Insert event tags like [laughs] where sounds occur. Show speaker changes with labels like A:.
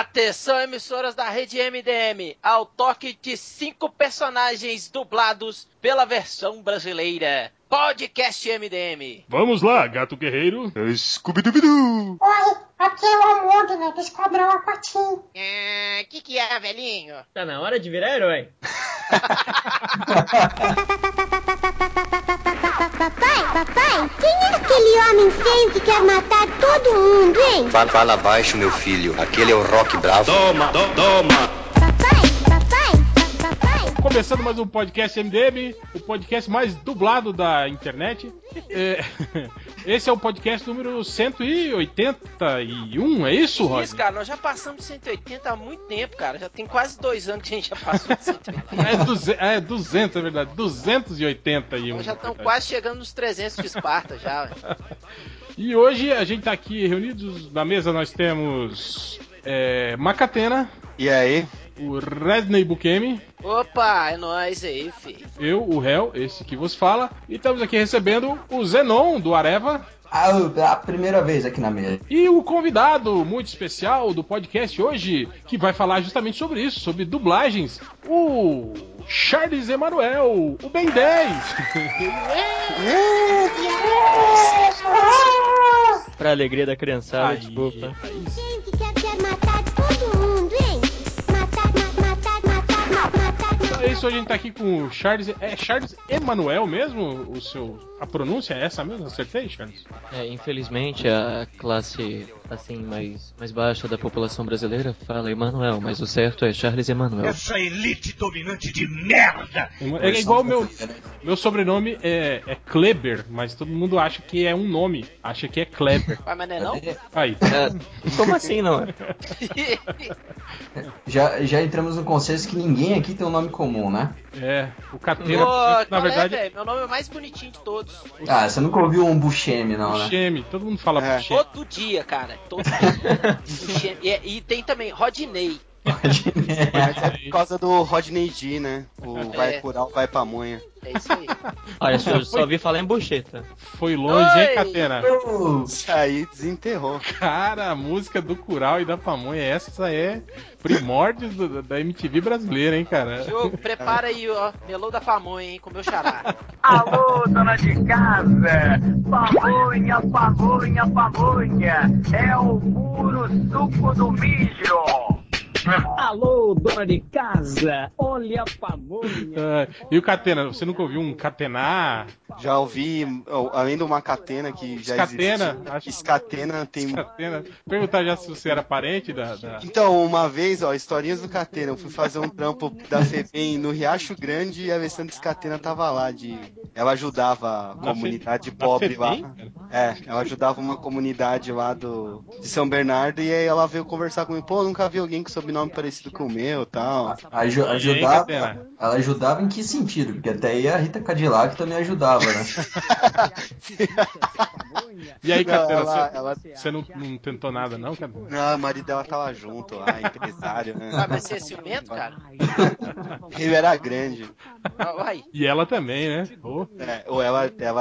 A: Atenção, emissoras da rede MDM, ao toque de cinco personagens dublados pela versão brasileira. Podcast MDM.
B: Vamos lá, gato guerreiro. scooby doo
C: Oi, aqui é o Almôndega do Esquadrão é Aquatim.
A: Ah, que que é, velhinho?
D: Tá na hora de virar herói.
E: Papai, papai, quem é aquele homem feio que quer matar todo mundo, hein?
F: Fala, fala baixo, meu filho. Aquele é o Rock Bravo.
B: Toma, do, toma.
E: Papai, papai, pa- papai.
B: Começando mais um podcast MDM, o podcast mais dublado da internet. É, [laughs] Esse é o podcast número 181, é isso, Rod?
A: Isso, cara, nós já passamos de 180 há muito tempo, cara. Já tem quase dois anos que a gente já passou de
B: [laughs]
A: 180.
B: É, duze- é 200, é verdade, 281.
A: Nós já estamos
B: verdade.
A: quase chegando nos 300 de Esparta já. ué.
B: E hoje a gente tá aqui reunidos na mesa, nós temos é, Macatena,
G: E aí?
B: o Resney Bukemi,
A: Opa, é nóis aí, fi.
B: eu, o réu, esse que vos fala, e estamos aqui recebendo o Zenon do Areva.
G: A, primeira vez aqui na mesa.
B: E o convidado muito especial do podcast hoje, que vai falar justamente sobre isso, sobre dublagens, o Charles Emanuel, o Ben 10.
D: Pra alegria da criançada,
B: Aí,
D: desculpa.
B: aí.
E: Quem que quer, quer matar todo mundo, hein? Matar, ma- matar, matar, ma- matar, matar.
B: Então é isso, hoje a gente tá aqui com o Charles. É Charles Emanuel mesmo? O seu, a pronúncia é essa mesmo? Acertei, Charles?
H: É, infelizmente a classe assim mais, mais baixa da população brasileira fala Emanuel, mas o certo é Charles Emanuel.
B: É igual o meu.
G: né?
B: Meu sobrenome é, é Kleber, mas todo mundo acha que é um nome. Acha que é Kleber.
A: Vai, mas não
B: [laughs]
A: é não?
B: Aí.
H: É, como assim, não? é?
G: Já, já entramos no consenso que ninguém aqui tem um nome comum, né?
B: É, o Catena.
A: Ô,
B: na
A: qual é,
B: verdade,
A: velho? Meu nome é o mais bonitinho de todos.
G: Ah, você nunca ouviu um Bucheme, não, né?
B: Bucheme. é Todo mundo fala
G: É.
B: Bucheme.
A: Todo dia, cara. Todo dia. e, e tem também Rodney.
G: [laughs]
I: Mas é por causa do Rodney D, né? O vai
A: É.
I: curar o vai pamonha.
A: É isso aí.
H: Olha, só, só ouvi falar em bucheta.
B: Foi longe, hein,
A: Oi!
B: Catena?
G: Oh,
I: Isso aí desenterrou.
B: Cara, a música do Curau e da Pamonha, essa é primórdios do- da MTV brasileira, hein, cara?
A: Diogo, prepara aí, ó. Melô da pamonha, hein, com meu xará.
J: Alô, dona de casa! Pamonha, pamonha, pamonha! É o puro suco do mijo! Alô, dona de casa! Olha a
B: [laughs]
J: pamonha!
B: Ah, e o Catena, você nunca ouviu um Catenar?
I: Já ouvi, ó, além do Macatena, que já
B: Escatena,
I: existe.
B: acho-
I: Escatena tem.
B: Catena? Perguntar já se você era parente da. da-
I: Então, uma vez, ó, historinhas do Catena, eu fui fazer um trampo da FEBEM no Riacho Grande e a Alessandra Escatena tava lá de. Ela ajudava a
B: da
I: comunidade
B: Fe- da
I: pobre
B: Febem,
I: lá.
B: cara?
I: É, ela ajudava uma comunidade lá do de São Bernardo e aí ela veio conversar comigo, pô, eu nunca vi alguém com sobrenome parecido com o meu e tal.
G: aju-
B: Aí,
G: ajudava,
B: Catena.
G: ela ajudava em que sentido? Porque até aí a Rita Cadillac também ajudava,
B: [laughs]
G: né?
B: E aí,
I: Não,
B: Catena,
I: ela-
B: você,
I: ela-
B: você não, não tentou nada, não, Catena?
I: Não, o marido dela tava junto lá, empresário, né?
A: Ah, mas você é
I: [laughs]
A: ciumento, cara?
J: tá
I: Ele era grande.
A: Ah, Vai.
B: E ela também, né? Ô,
I: É, ou ela, ela